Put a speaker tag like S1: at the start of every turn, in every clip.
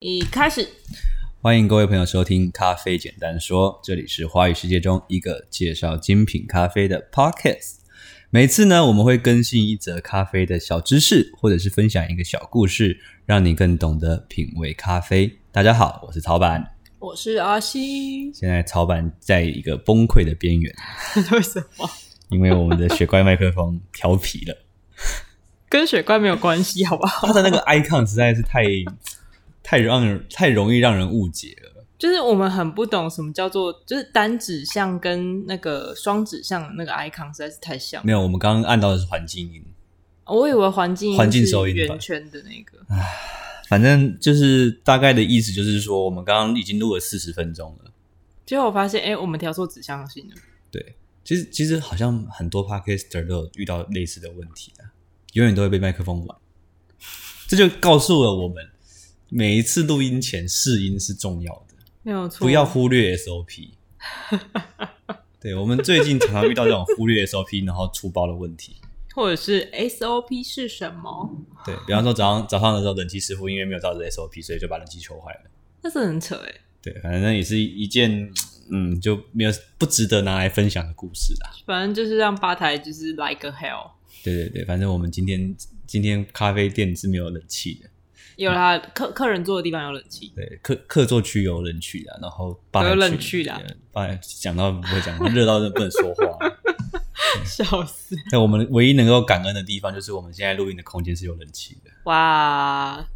S1: 一开始，
S2: 欢迎各位朋友收听《咖啡简单说》，这里是华语世界中一个介绍精品咖啡的 podcast。每次呢，我们会更新一则咖啡的小知识，或者是分享一个小故事，让你更懂得品味咖啡。大家好，我是曹板。
S1: 我是阿星。
S2: 现在曹板在一个崩溃的边缘，
S1: 为什么？
S2: 因为我们的雪怪麦克风调皮了，
S1: 跟雪怪没有关系，好不好？
S2: 它的那个 icon 实在是太太让人太容易让人误解了。
S1: 就是我们很不懂什么叫做，就是单指向跟那个双指向的那个 icon 实在是太像。
S2: 没有，我们刚刚按到的是环境音。
S1: 我以为环境音
S2: 环境
S1: 是
S2: 收音吧
S1: 圆圈的那个，
S2: 反正就是大概的意思，就是说我们刚刚已经录了四十分钟了。
S1: 结果我发现，哎、我们调错指向性了。
S2: 对，其实其实好像很多 podcaster 都有遇到类似的问题啊，永远都会被麦克风玩。 这就告诉了我们，每一次录音前试音是重要的，
S1: 没有错，
S2: 不要忽略 SOP。对我们最近常常遇到这种忽略 SOP 然后出包的问题。
S1: 或者是 SOP 是什么？
S2: 对比方说早上早上的时候，冷气师傅因为没有照着 SOP，所以就把冷气球坏了。
S1: 那是很扯哎、
S2: 对，反正也是一件，嗯，就没有不值得拿来分享的故事啦。
S1: 反正就是让吧台就是 like a hell。
S2: 对对对，反正我们今天今天咖啡店是没有冷气的，
S1: 有啦，客客人坐的地方有冷气，
S2: 对，客客座区有冷气啊的，然后吧台
S1: 有冷气啦
S2: 呃吧台讲到不会讲， 热到真的不能说话。
S1: 笑死！
S2: 但我们唯一能够感恩的地方，就是我们现在录音的空间是有冷气的。
S1: 哇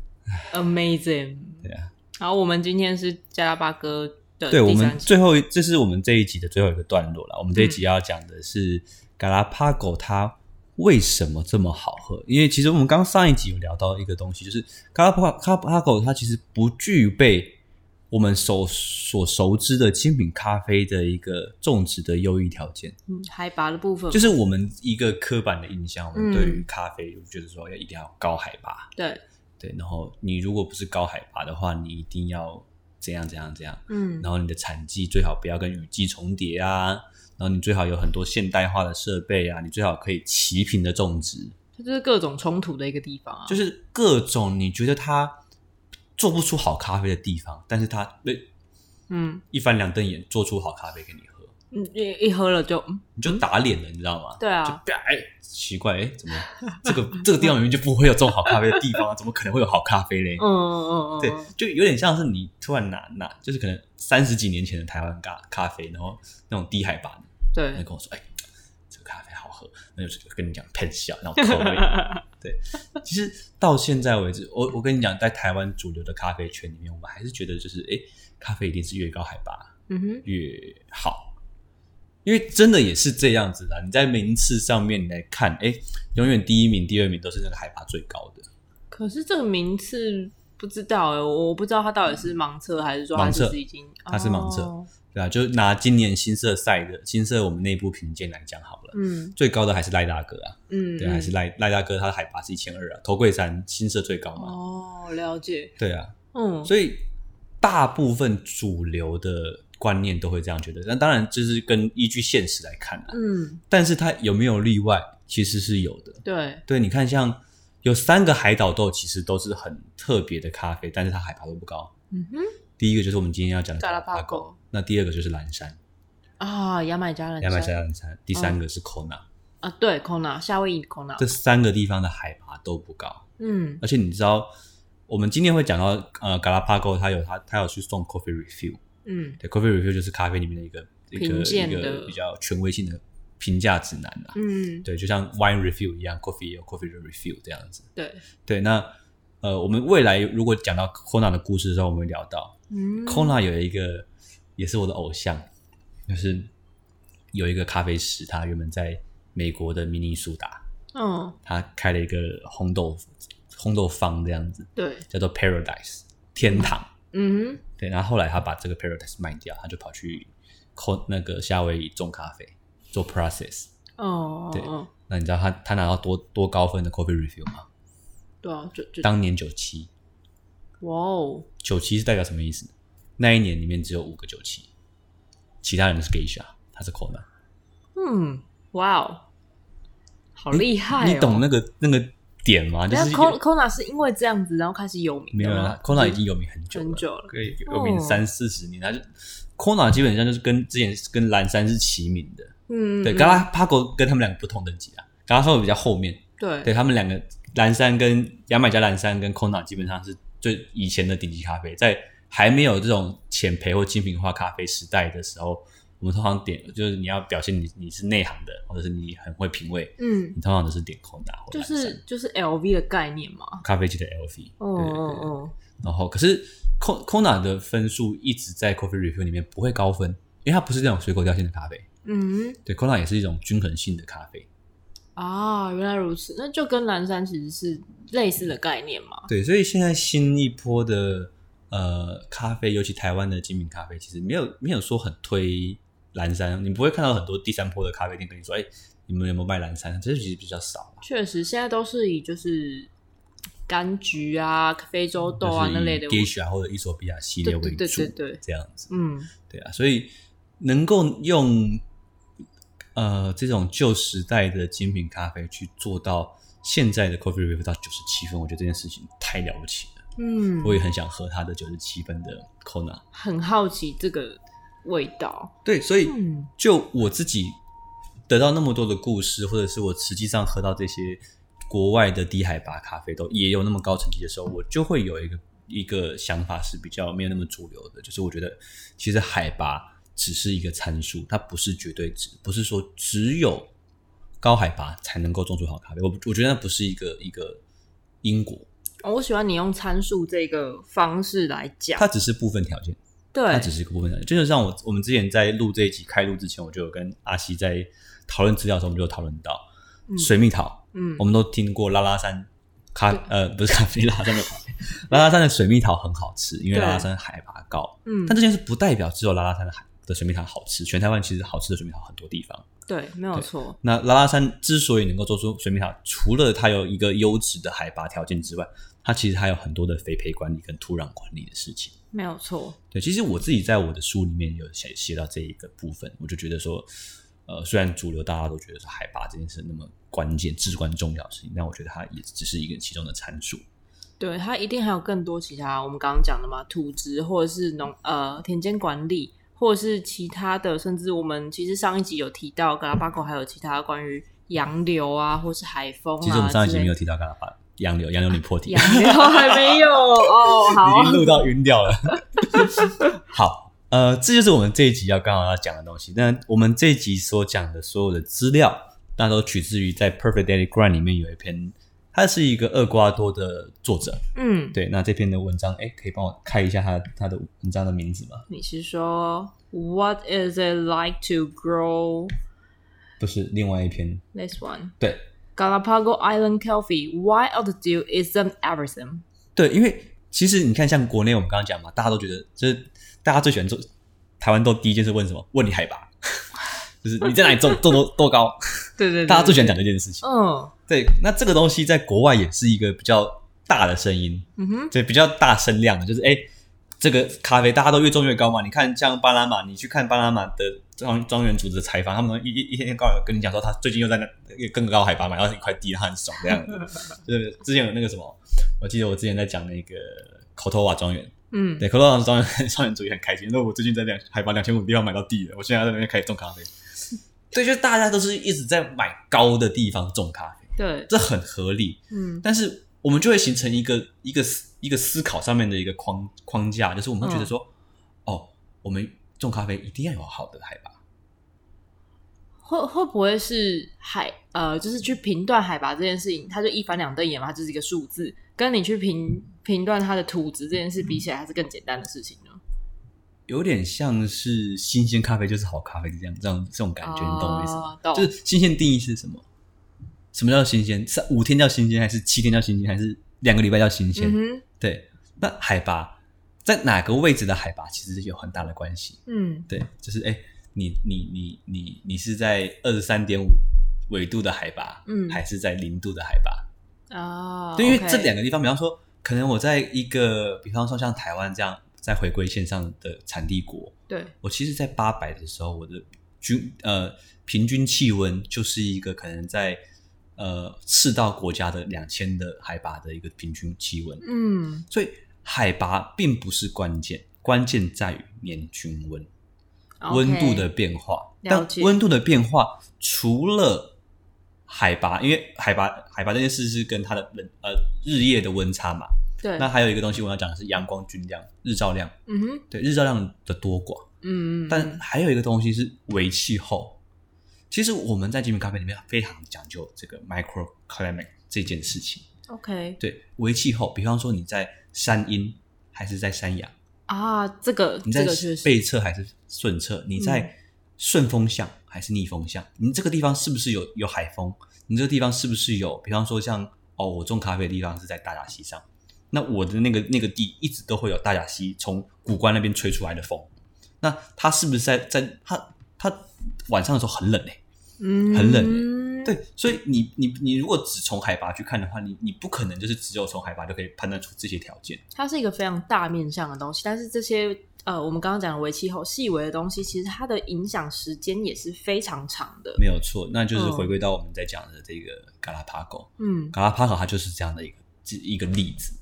S1: ，amazing！
S2: 对啊，
S1: 然后我们今天是加拉巴哥的
S2: 对，我
S1: 呃第
S2: 们
S1: 三集，嗯
S2: 最后一这是我们这一集的最后一个段落了。我们这一集要讲的是嘎拉帕狗它为什么这么好喝？因为其实我们刚上一集有聊到一个东西，就是嘎拉帕嘎拉帕狗它其实不具备我们所所熟知的精品咖啡的一个种植的优异条件。
S1: 嗯，海拔的部分，
S2: 就是我们一个刻板的印象，我们
S1: 嗯
S2: 对于咖啡就觉得说哎要一定要高海拔，
S1: 对，
S2: 对，然后你如果不是高海拔的话，你一定要怎样怎样怎样。
S1: 嗯
S2: 然后你的产季最好不要跟雨季重叠啊，然后你最好有很多现代化的设备啊，你最好可以齐平的种植，
S1: 它就是各种冲突的一个地方啊，
S2: 就是是各种你觉得它做不出好咖啡的地方，但是它对
S1: 嗯
S2: 一翻两瞪眼做出好咖啡给你喝，
S1: 嗯，一一喝了就嗯
S2: 你就打脸了，你知道吗？
S1: 对
S2: 就
S1: 啊，
S2: 啪哎，奇怪，哎，怎么这个这个地方明明就不会有种好咖啡的地方，啊怎么可能会有好咖啡嘞？
S1: 嗯嗯嗯，嗯
S2: 对，就有点像是你突然拿拿，就是可能三十几年前的台湾咖咖啡，然后那种低海拔的他就
S1: 对，
S2: 跟我说：“哎、这个咖啡好喝。”那就是跟你讲喷笑，然后口味。 其实到现在为止，我我跟你讲，在台湾主流的咖啡圈里面，我们还是觉得就是，哎、咖啡一定是越高海拔
S1: 嗯哼，
S2: 越好，因为真的也是这样子的。你在名次上面你来看，哎、永远第一名、第二名都是那个海拔最高的。
S1: 可是这个名次不知道哎，我我不知道它到底是盲测还是说它
S2: 盲测
S1: 就是已经
S2: 它是盲测
S1: 哦
S2: 对啊，就拿今年新社赛的新社我们内部评鉴来讲好了，
S1: 嗯
S2: 最高的还是赖大哥啊，
S1: 嗯，
S2: 对啊，还
S1: 嗯
S2: 是赖赖大哥，他的海拔是一千二啊，头桂山新社最高嘛，
S1: 哦，了解，
S2: 对啊，
S1: 嗯，
S2: 所以大部分主流的观念都会这样觉得。那当然就是跟依据现实来看啊，
S1: 嗯，
S2: 但是它有没有例外，其实是有的。
S1: 对，
S2: 对，你看像。有三个海岛豆，其实都是很特别的咖啡，但是它海拔都不高。
S1: 嗯哼，
S2: 第一个就是我们今天要讲的
S1: 加拉
S2: 帕
S1: 帕狗
S2: 那第二个就是蓝山，
S1: 啊，牙买加人，
S2: 牙买加蓝山，第三个是 Kona，、
S1: 啊，对，Kona，夏威夷 Kona，
S2: 这三个地方的海拔都不高。
S1: 嗯
S2: 而且你知道，我们今天会讲到呃，Galapagos 它有它它有去送 coffee review，
S1: 嗯
S2: 对，coffee review 就是咖啡里面的一个一个
S1: 评鉴
S2: 一
S1: 的
S2: 个比较权威性的评价指南啦、
S1: 嗯，
S2: 对，就像 wine review 一样，coffee 也有 coffee review 这样子。
S1: 对，
S2: 对，那呃，我们未来如果讲到 Kona 的故事的时候，我们会聊到、
S1: 嗯
S2: Kona 有一个也是我的偶像，就是有一个咖啡师，他原本在美国的明尼苏达，
S1: 嗯，
S2: 他开了一个烘豆烘豆坊这样子。
S1: 对，
S2: 叫做 Paradise 天堂。
S1: 嗯
S2: 对，然后后来他把这个 Paradise 卖掉，他就跑去扣那个夏威夷种咖啡做 process。
S1: 哼，哦，
S2: 对
S1: 哦
S2: 那你知道他他拿到多多高分的 coffee review 吗？
S1: 对啊，就就
S2: 当年九七，
S1: 哇哦，
S2: 九七是代表什么意思？那一年里面只有五个九七，其他人是 Geisha，他是 Kona。
S1: 嗯，哇哦，好厉害、哦
S2: 你懂那个那个点嘛，就是
S1: 那 Kona Kona 是因为这样子，然后开始有名
S2: 没
S1: 的
S2: 有
S1: 吗
S2: 啦，Kona 已经有名很久了，
S1: 很久了。
S2: 可以有名
S1: 哦
S2: 三四十年，它就 Kona 基本上就是跟之前跟蓝山是齐名的，
S1: 嗯，
S2: 对，
S1: 嗯
S2: 嘎拉帕狗跟他们两个不同等级啊，嘎拉帕狗比较后面，
S1: 对
S2: 对他们两个蓝山跟牙买加蓝山跟 Kona 基本上是最以前的顶级咖啡，在还没有这种浅焙或精品化咖啡时代的时候，我们通常点就是你要表现你你是内行的，或者是你很会品味，
S1: 嗯，
S2: 你通常都是点 Kona 或
S1: 就
S2: 蓝山
S1: 是就是 LV 的概念嘛。
S2: 咖啡机的 LV，
S1: 哦
S2: 对对对。
S1: 哦
S2: 然后可是 Ko- Kona 的分数一直在 Coffee Review 里面不会高分，因为它不是那种水果调性的咖啡。
S1: 哦，嗯
S2: 对，Kona 也是一种均衡性的咖啡。
S1: 啊，原来如此，那就跟蓝山其实是类似的概念嘛。
S2: 对，所以现在新一波的呃咖啡，尤其台湾的精品咖啡，其实没有没有说很推蓝山，你不会看到很多第三波的咖啡店跟你说，哎，你们有没有卖蓝山？这其实比较少啦。啊
S1: 确实，现在都是以就是柑橘啊、非洲豆啊
S2: 嗯就是
S1: 那
S2: 以
S1: 类的。
S2: Geisha 或者伊索比亚系列为主，
S1: 对对对对对
S2: 这样子。
S1: 嗯，
S2: 对啊，所以能够用呃这种旧时代的精品咖啡去做到现在的 Coffee Review 到九十七分，我觉得这件事情太了不起了。
S1: 嗯，
S2: 我也很想喝它的九十七分的 Kona。
S1: 很好奇这个味道。
S2: 对，所以
S1: 嗯
S2: 就我自己得到那么多的故事，或者是我实际上喝到这些国外的低海拔咖啡豆也有那么高成绩的时候，我就会有一个一个想法是比较没有那么主流的，就是我觉得其实海拔只是一个参数，它不是绝对值，不是说只有高海拔才能够种出好咖啡。我我觉得那不是一个一个因果，
S1: 哦我喜欢你用参数这个方式来讲
S2: 它，只是部分条件。它
S1: 对，
S2: 只是一个部分的，就是像我我们之前在录这一集开录之前，我就有跟阿西在讨论资料的时候，我们就有讨论到、
S1: 嗯
S2: 水蜜桃，
S1: 嗯
S2: 我们都听过拉拉山咖呃不是咖啡拉拉山的咖啡，拉拉山的水蜜桃很好吃，因为
S1: 对
S2: 拉拉山海拔高，
S1: 嗯，
S2: 但这件事不代表只有拉拉山的海的水蜜桃好吃，全台湾其实好吃的水蜜桃很多地方。
S1: 对，没有
S2: 对
S1: 错，
S2: 那拉拉山之所以能够做出水蜜桃，除了它有一个优质的海拔条件之外，它其实还有很多的肥培管理跟土壤管理的事情。
S1: 没有错，
S2: 对，其实我自己在我的书里面有写写到这一个部分，我就觉得说，呃，虽然主流大家都觉得是海拔这件事那么关键、至关重要的事情，但我觉得它也只是一个其中的参数。
S1: 对，它一定还有更多其他我们刚刚讲的嘛，土质或者是农呃田间管理，或者是其他的，甚至我们其实上一集有提到格拉巴狗，还有其他关于洋流啊，或是海风啊之类，
S2: 其实我们上一集没有提到干拉巴洋流，洋流你破题，
S1: 洋流还没有哦，好
S2: 已，经录到晕掉了。 好，呃，这就是我们这一集要刚好要讲的东西。那我们这一集所讲的所有的资料，那都取自于在《Perfect Daily Grind》里面有一篇，它是一个厄瓜多的作者，
S1: 嗯，
S2: 对，那这篇的文章，哎，可以帮我看一下他他的文章的名字吗？
S1: 你是说 What is it like to grow
S2: 不是，另外一篇，
S1: this one？
S2: 对
S1: Galapagos Island coffee. Why altitude isn't everything？
S2: 对，因为其实你看，像国内我们刚刚讲嘛，大家都觉得，就是大家最喜欢做台湾豆，第一件事问什么？问你海拔， 就是你在哪里种种多多高？
S1: 对对
S2: 大家最喜欢讲这件事情。
S1: 嗯
S2: 对，那这个东西在国外也是一个比较大的声音，
S1: 嗯哼，
S2: 对，比较大声量的，就是哎、诶这个咖啡大家都越种越高嘛。你看，像巴拿马，你去看巴拿马的庄庄园组织的采访，他们一一一天天告诉跟你讲说，他最近又在那更高海拔买到一块地，他很爽这样子。就是之前有那个什么，我记得我之前在讲那个。口头瓦庄园，
S1: 嗯，
S2: 对，口头瓦庄园庄园主也很开心，因为我最近在两海拔两千五的地方买到地了，我现在在那边开始种咖啡。对，就是大家都是一直在买高的地方种咖啡，
S1: 对，
S2: 这很合理。
S1: 嗯
S2: 但是我们就会形成一个一个思一个思考上面的一个框框架，就是我们会觉得说，
S1: 嗯
S2: 哦，我们种咖啡一定要有好的海拔，
S1: 会会不会是海呃，就是去评断海拔这件事情，它就一翻两瞪眼嘛，它就是一个数字，跟你去评评断它的土质这件事比起来，它是更简单的事情呢？
S2: 有点像是新鲜咖啡就是好咖啡这样这样这种感觉，你懂我意思吗？
S1: 啊懂，
S2: 就是新鲜定义是什么？什么叫新鲜？三五天叫新鲜，还是七天叫新鲜，还是两个礼拜叫新鲜？
S1: 嗯哼，
S2: 对，那海拔在哪个位置的海拔其实有很大的关系。
S1: 嗯
S2: 对，就是哎、你你你你你是在二十三点五纬度的海拔，
S1: 嗯
S2: 还是在零度的海拔？
S1: 啊，
S2: 对，因为这
S1: OK
S2: 两个地方，比方说，可能我在一个，比方说像台湾这样，在回归线上的产地国，
S1: 对，
S2: 我其实，在八百的时候，我的均呃平均气温就是一个可能在呃赤道国家的两千的海拔的一个平均气温，
S1: 嗯，
S2: 所以海拔并不是关键，关键在于年均温。温度的
S1: OK，
S2: 变化。
S1: 了
S2: 但
S1: 解
S2: 温度的变化除了海拔，因为海拔海拔这件事是跟它的冷呃日夜的温差嘛。
S1: 对，
S2: 那还有一个东西我要讲的是阳光均量、日照量，
S1: 嗯哼，
S2: 对日照量的多寡。
S1: 嗯，嗯
S2: 但还有一个东西是微气候。其实我们在精品咖啡里面非常讲究这个 microclimate 这件事情。
S1: OK
S2: 对微气候，比方说你在山阴还是在山阳，
S1: 啊，这个
S2: 你
S1: 这
S2: 在
S1: 个确实
S2: 背侧还是顺侧？你在顺风向还是逆风向？你这个地方是不是有有海风？你这个地方是不是有？比方说像哦，我种咖啡的地方是在大甲溪上，那我的那个那个地一直都会有大甲溪从古关那边吹出来的风。那它是不是在在它它晚上的时候很冷嘞、
S1: 嗯
S2: 很冷欸
S1: 冷，
S2: 对，所以你你你如果只从海拔去看的话，你你不可能就是只有从海拔就可以判断出这些条件。
S1: 它是一个非常大面向的东西，但是这些呃，我们刚刚讲的微气候细微的东西，其实它的影响时间也是非常长的。
S2: 没有错，那就是
S1: 嗯
S2: 回归到我们在讲的这个嘎拉帕狗。
S1: 嗯
S2: 嘎拉帕狗它就是这样的一个这一个例子。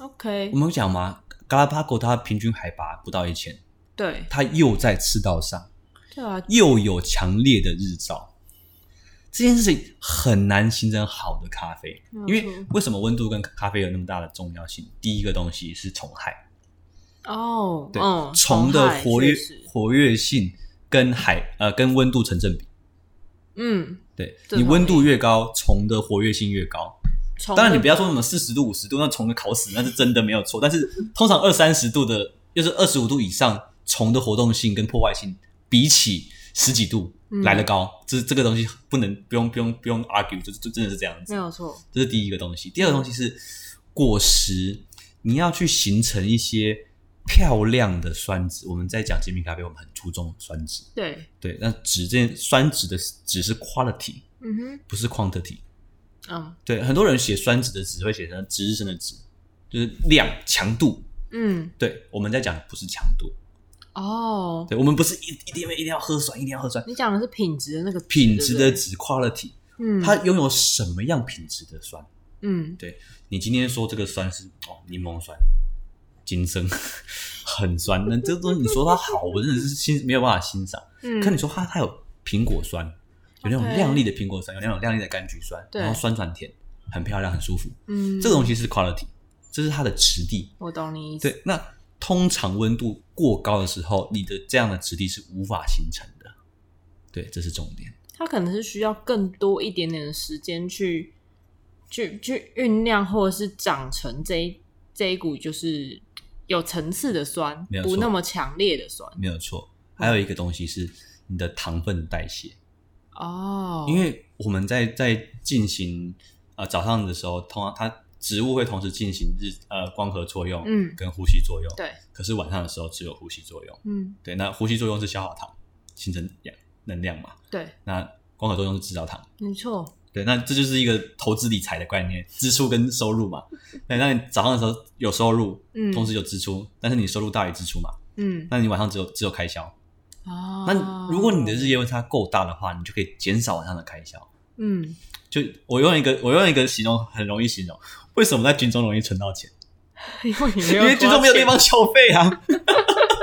S1: ，OK，
S2: 我们有讲嘛，嘎拉帕狗它平均海拔不到一千，
S1: 对
S2: 它又在赤道上，
S1: 对啊，
S2: 又有强烈的日照，这件事情很难形成好的咖啡。
S1: 没有
S2: 因为
S1: 错
S2: 为什么温度跟咖啡有那么大的重要性？第一个东西是虫害，
S1: 哦，
S2: 对，
S1: 嗯
S2: 虫的
S1: 害
S2: 活
S1: 确
S2: 跃
S1: 实
S2: 活跃性跟海呃跟温度成正比。
S1: 嗯，
S2: 对
S1: 这
S2: 你
S1: 同
S2: 温
S1: 意
S2: 度越高，虫的活跃性越高。
S1: 虫
S2: 当然，你
S1: 的
S2: 不要说什么四十度、五十度，那虫的烤死那是真的没有错。但是通常二三十度的，就是二十五度以上，虫的活动性跟破坏性，比起十几度
S1: 嗯
S2: 来的高，这这个东西不能不用不用不用 argue，就就真的是这样
S1: 没
S2: 子。
S1: 有错，
S2: 这是第一个东西。第二个东西是果实，你要去形成一些漂亮的酸质。我们在讲精品咖啡，我们很注重酸质。
S1: 对，
S2: 对，那质这件酸质的质是 quality，
S1: 嗯
S2: 不是 quantity。
S1: 哼，嗯
S2: 对，很多人写酸值的值会写成值日生的值，就是量强度。
S1: 嗯，
S2: 对，我们在讲的不是强度，
S1: 哦，
S2: 对我们不是一一定一定要喝酸，一定要喝酸，
S1: 你讲的是品质的那个值
S2: 品质的，
S1: 对
S2: 值 quality，
S1: 不对嗯，
S2: 它拥有什么样品质的酸？
S1: 嗯
S2: 你今天说这个酸是哦柠檬酸，金生 很酸，那这东西你说它好，我真的是欣没有办法欣赏。
S1: 嗯，
S2: 可你说它它有苹果酸，有那种
S1: OK
S2: 亮丽的苹果酸，有那种亮丽的柑橘酸，
S1: 对
S2: 然后酸转甜，很漂亮，很舒服。
S1: 嗯，
S2: 这个东西是 quality，这是它的质地。
S1: 我懂你意思，
S2: 对，那通常温度过高的时候，你的这样的质地是无法形成的。对，这是重点。
S1: 它可能是需要更多一点点的时间去去去酝酿，或者是长成这一这一股就是有层次的酸
S2: 没，有错
S1: 不那么强烈的酸
S2: 没有错。还有一个东西是你的糖分代谢，
S1: 哦，
S2: 因为我们在在进行呃早上的时候，通常它植物会同时进行日呃光合作用，
S1: 嗯
S2: 跟呼吸作用。
S1: 对，
S2: 可是晚上的时候只有呼吸作用。
S1: 嗯
S2: 对，那呼吸作用是消耗糖，形成氧能量嘛。
S1: 对，
S2: 那光合作用是制造糖。
S1: 没错，
S2: 对，那这就是一个投资理财的概念，支出跟收入嘛。对，那你早上的时候有收入，
S1: 嗯，
S2: 同时有支出，但是你收入大于支出嘛，
S1: 嗯
S2: 那你晚上只有只有开销。
S1: 哦，
S2: 那你如果你的日夜温差够大的话，你就可以减少晚上的开销。
S1: 嗯
S2: 就我用一个我用一个形容很容易形容，为什么在军中容易存到钱？
S1: 因为你没
S2: 因
S1: 有
S2: 为军中没有地
S1: 多少
S2: 方消费啊，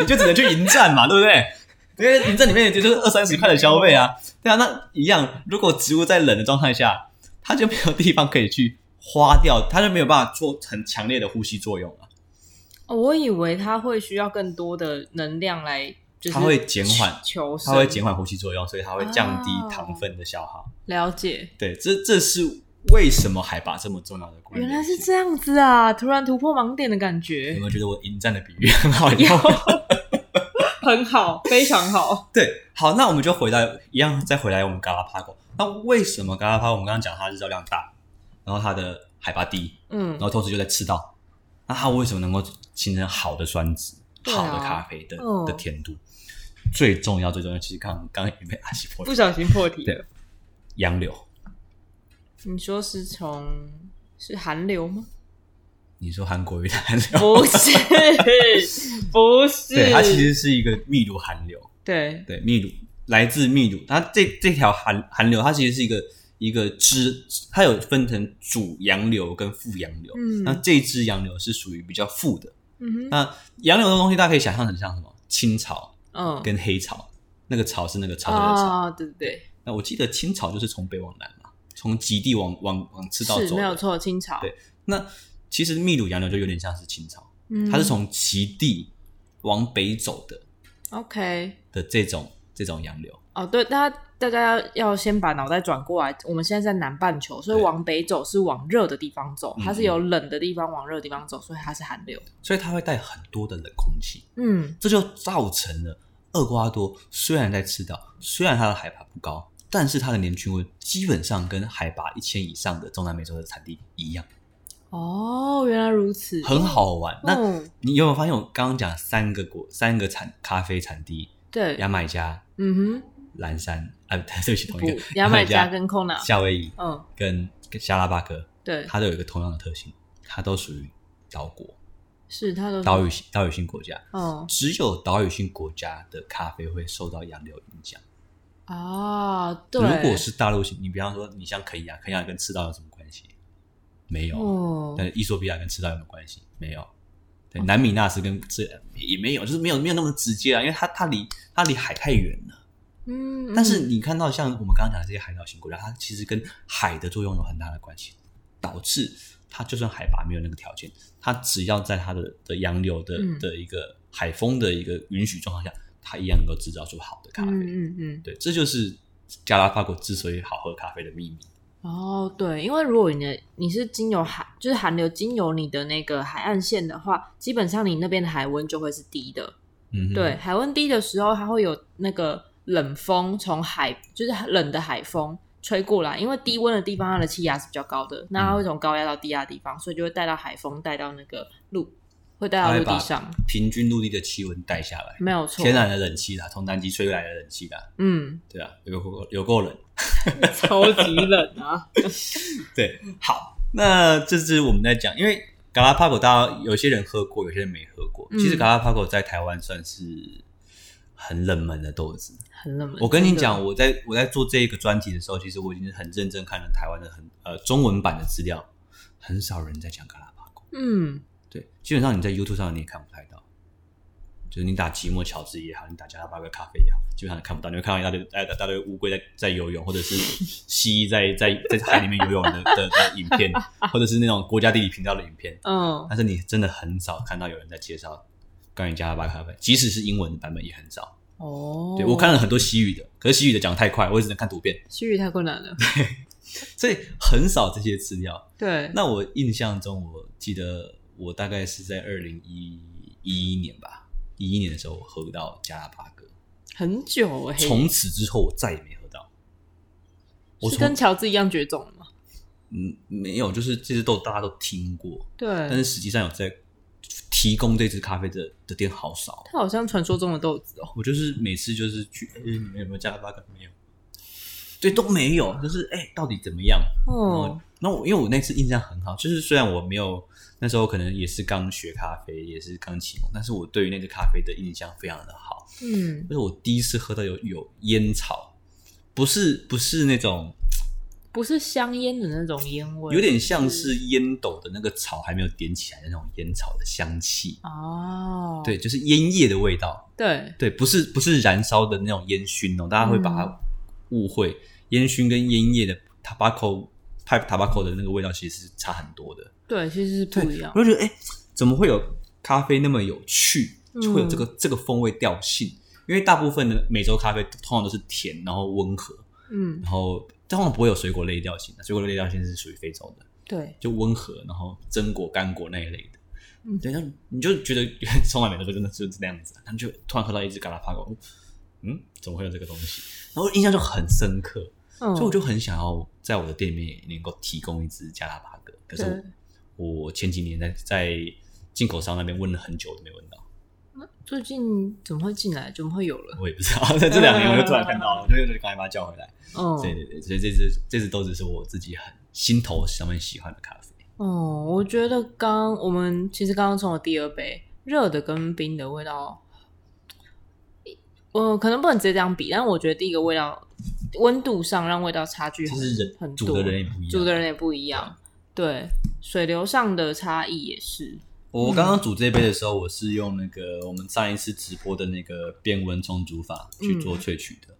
S2: 你就只能去迎战嘛，对不对？因为你这里面也就是二三十块的消费啊，对啊，那一样，如果植物在冷的状态下，它就没有地方可以去花掉，它就没有办法做很强烈的呼吸作用啊了，
S1: 钱、哦我以为它会需要更多的能量来，就是
S2: 它会减缓
S1: 求
S2: 它
S1: 生，
S2: 会减缓呼吸作用，所以它会降低
S1: 哦
S2: 糖分的消耗。
S1: 了解。
S2: 对，这这是为什么海拔这么重要的关键。
S1: 原来是这样子啊！突然突破盲点的感觉，
S2: 有没有觉得我迎战的比喻很好用？
S1: 很好，非常好。
S2: 对，好，那我们就回到一样，再回来我们嘎拉帕狗。那为什么嘎拉帕？我们刚刚讲它日照量大，然后它的海拔低，
S1: 嗯
S2: 然，后同时就在赤道。那它为什么能够形成好的酸质、
S1: 对啊
S2: 好的咖啡的、
S1: 嗯
S2: 的甜度？最重要，最重要，其实刚刚刚也被阿西破
S1: 不小心破题了。
S2: 杨柳，
S1: 你说是从是韩流 吗？
S2: 你说韩国语的韩流，
S1: 不是，不是。
S2: 对，它其实是一个秘鲁韩流，
S1: 对
S2: 对，秘鲁来自秘鲁，它这这条韩韩流，它其实是一个一个支，它有分成主洋流跟副洋流。
S1: 嗯
S2: 那这一支洋流是属于比较富的。
S1: 嗯哼，
S2: 那洋流的东西，大家可以想象很像什么青草
S1: 嗯，
S2: 跟黑草，那个草是那个草的草。
S1: 啊，对对对，
S2: 那我记得青草就是从北往南嘛，从极地往往往赤道
S1: 是
S2: 走
S1: 没有
S2: 的。
S1: 错，清朝，
S2: 对那其实秘鲁洋流就有点像是青草，
S1: 嗯，
S2: 它是从极地往北走的
S1: OK，
S2: 的这种这种洋流。
S1: 哦，对，大家大家要要先把脑袋转过来，我们现在在南半球，所以
S2: 对
S1: 往北走是往热的地方走，
S2: 嗯
S1: 它是由冷的地方往热的地方走，所以它是寒流。
S2: 所以它会带很多的冷空气，
S1: 嗯，
S2: 这就造成了厄瓜多虽然在赤道，虽然它的海拔不高，但是它的年均温基本上跟海拔一千以上的中南美洲的产地一样，
S1: 哦，原来如此，
S2: 很好玩。那
S1: 嗯，
S2: 你有没有发现我刚刚讲三个国三个产咖啡产地，
S1: 对，
S2: 牙买加、
S1: 嗯
S2: 蓝山啊，对不起，
S1: 哼，
S2: 同一
S1: 不
S2: 个，
S1: 牙买加跟 Kona，
S2: 夏威夷
S1: 嗯，
S2: 跟跟加拉巴哥，
S1: 对，
S2: 它都有一个同样的特性，它都属于岛国、
S1: 是它都是，
S2: 岛屿型岛屿性国家。
S1: 嗯
S2: 只有岛屿性国家的咖啡会受到洋流影响。
S1: 啊，对，
S2: 如果是大陆型，你比方说你像肯亚，肯亚跟赤道有什么关系？没有。
S1: 哦，
S2: 但是伊索比亚跟赤道有没有关系？没有。对，南米纳斯跟这也没有，就是没有没有那么直接啊，因为它它离它离海太远了。
S1: 嗯，
S2: 但是
S1: 嗯
S2: 你看到像我们刚刚讲的这些海岛型国家，它其实跟海的作用有很大的关系，导致它就算海拔没有那个条件，它只要在它的的洋流的
S1: 嗯
S2: 的一个海风的一个允许状况下，它一样能够制造出好的咖啡。
S1: 嗯嗯嗯，
S2: 对，这就是加拉帕狗之所以好喝咖啡的秘密。
S1: 哦，对，因为如果你的你是经由海，就是寒流经由你的那个海岸线的话，基本上你那边的海温就会是低的。
S2: 嗯哼，
S1: 对，海温低的时候，它会有那个冷风从海，就是冷的海风吹过来，因为低温的地方它的气压是比较高的，那它
S2: 嗯
S1: 会从高压到低压的地方，所以就会带到海风，带到那个陆，会带
S2: 它
S1: 到
S2: 会
S1: 陆地
S2: 把
S1: 上，
S2: 平均陆地的气温带下来，
S1: 没有错。
S2: 天然的冷气啦，从南极吹来的冷气啦，
S1: 嗯，
S2: 对啊，有够有够冷。
S1: 超级冷啊。
S2: 对，
S1: 嗯
S2: 好，那这是我们在讲，因为嘎拉帕狗，大家有些人喝过，有些人没喝过。
S1: 嗯
S2: 其实嘎拉帕狗在台湾算是很冷门的豆子。
S1: 很冷门。
S2: 我跟
S1: 真
S2: 你
S1: 的，
S2: 讲，我在我在做这一个专题的时候，其实我已经很认真看了台湾的很呃中文版的资料，很少人在讲嘎拉帕狗。
S1: 嗯，
S2: 对，基本上你在 YouTube 上你也看不太到，就是你打吉莫乔治也好，你打加拉巴哥咖啡也好，基本上你看不到，你会看到一大堆、大大堆乌龟在在游泳，或者是蜥蜴在在在海里面游泳的的的影片，或者是那种国家地理频道的影片，
S1: 嗯，
S2: 但是你真的很少看到有人在介绍关于加拉巴哥咖啡，即使是英文版本也很少。
S1: 哦，
S2: 对我看了很多西语的，可是西语的讲得太快，我也只能看图片，
S1: 西语太困难了。
S2: 所以很少这些资料。
S1: 对，
S2: 那我印象中，我记得我大概是在二零一一年吧，一一年的时候我喝到加拉巴哥，
S1: 很久哎、
S2: 从此之后我再也没喝到。我
S1: 是
S2: 从
S1: 跟乔治一样绝种了吗？
S2: 嗯没有，就是这支豆大家都听过，但
S1: 对，
S2: 是实际上有在提供这支咖啡的的店好少。
S1: 它好像传说中的豆子哦。
S2: 我就是每次就是去，哎、你们有没有加拉巴哥？没有，对，都没有，就是哎、到底怎么样？然后
S1: 哦，，
S2: 那我因为我那次印象很好，就是虽然我没有那时候可能也是刚学咖啡，也是刚启蒙，但是我对于那个咖啡的印象非常的好。
S1: 嗯，
S2: 就是我第一次喝到有有烟草，不是不是那种
S1: 不是香烟的那种烟味，
S2: 有点像是烟斗的那个草还没有点起来的那种烟草的香气，
S1: 哦，
S2: 对，就是烟叶的味道，
S1: 对，
S2: 对，不是不是燃烧的那种烟熏哦，大家会把
S1: 嗯
S2: 它误会，烟熏跟烟叶的 tobacco pipe tobacco 的那个味道其实是差很多的。
S1: 对，其实是
S2: 对
S1: 不一样。
S2: 我就觉得，哎、怎么会有咖啡那么有趣，
S1: 嗯
S2: 就会有这个、这个风味调性？因为大部分的美洲咖啡通常都是甜，然后温和，
S1: 嗯，
S2: 然后通常不会有水果类调性的。水果类调性是属于非洲的，
S1: 对，
S2: 就温和，然后榛果、干果那一类的。
S1: 嗯
S2: 对，然后你就觉得 从来美洲就真的就是那样子、啊，他们就突然喝到一只嘎拉帕狗，嗯，怎么会有这个东西？然后印象就很深刻，
S1: 嗯，
S2: 所以我就很想要在我的店里面也能够提供一支加拉巴哥，可是
S1: 对
S2: 我我前几年在在进口商那边问了很久都没问到，
S1: 最近怎么会进来？怎么会有了？
S2: 我也不知道。在这两年我就突然看到了，我就就赶紧把它叫回来。
S1: 嗯，
S2: 对对对，所以这支这支豆子是我自己很心头上面喜欢的咖啡。
S1: 哦，我觉得刚我们其实刚刚冲了第二杯，热的跟冰的味道，我、呃、可能不能直接这样比，但我觉得第一个味道温度上让味道差距
S2: 就
S1: 很
S2: 是人
S1: 很多
S2: 煮的人也不一样。
S1: 煮的人也不一样，对，水流上的差异也是，
S2: 我刚刚煮这杯的时候，我是用那个我们上一次直播的那个变温冲煮法
S1: 嗯
S2: 去做萃取的。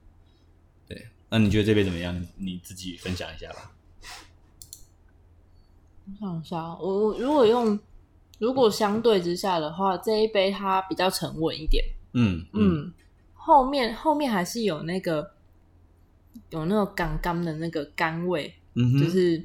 S2: 对，那你觉得这杯怎么样？你自己分享一下吧。
S1: 我想一下，哦我我如果用，如果相对之下的话，这一杯它比较沉稳一点。
S2: 嗯嗯，
S1: 嗯，后面后面还是有那个有那个刚刚的那个甘味，
S2: 嗯哼
S1: 就是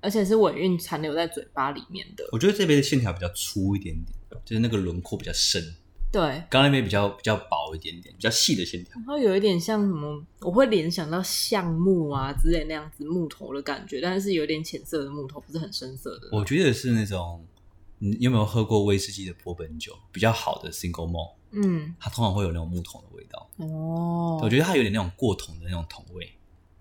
S1: 而且是尾韵残留在嘴巴里面的。
S2: 我觉得这杯的线条比较粗一点点，就是那个轮廓比较深。
S1: 对，
S2: 刚刚那杯比较比较薄一点点，比较细的线条。
S1: 然后有一点像什么，我会联想到橡木啊之类那样子木头的感觉，但是有点浅色的木头，不是很深色的。
S2: 我觉得是那种，你有没有喝过威士忌的波本酒？比较好的 single malt，
S1: 嗯，
S2: 它通常会有那种木桶的味道。
S1: 哦，
S2: 我觉得它有点那种过桶的那种桶味。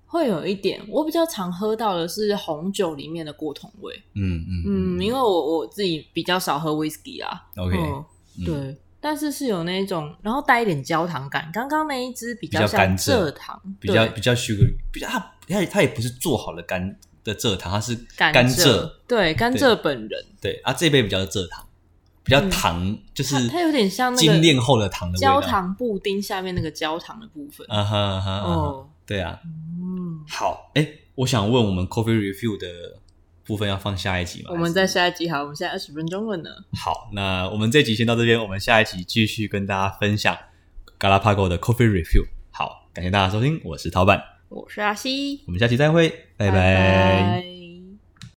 S1: 会有一点。我比较常喝到的是红酒里面的过桶味。
S2: 嗯嗯
S1: 嗯，因为我我自己比较少喝 whisky 啊。
S2: OK，
S1: 嗯
S2: 嗯
S1: 对，但是是有那种，然后带一点焦糖感。刚刚那一支比较
S2: 比较甘
S1: 像
S2: 蔗
S1: 蔗糖，
S2: 比较
S1: 对
S2: 比较 sugar，比较它它它也不是做好了甘的蔗糖，它是
S1: 甘
S2: 甘
S1: 对甘
S2: 对
S1: 蔗本人，
S2: 对啊，这杯比较是蔗糖，比较
S1: 嗯
S2: 糖，就是
S1: 它它有点像那个
S2: 精炼后的糖的味
S1: 焦，
S2: 道。
S1: 糖布丁下面那个焦糖的部分。
S2: 啊哈啊哈，啊哈
S1: 哦，
S2: 对啊。
S1: 嗯，
S2: 好，哎、我想问我们 coffee review 的部分要放下一集吗？
S1: 我
S2: 还
S1: 们
S2: 是
S1: 在下一集好，我们现在二十分钟了呢。
S2: 好，那我们这集先到这边，我们下一集继续跟大家分享 Galapago 的 coffee review。好，感谢大家收听，我是陶板，
S1: 我是阿西，
S2: 我们下期再会，拜拜
S1: 拜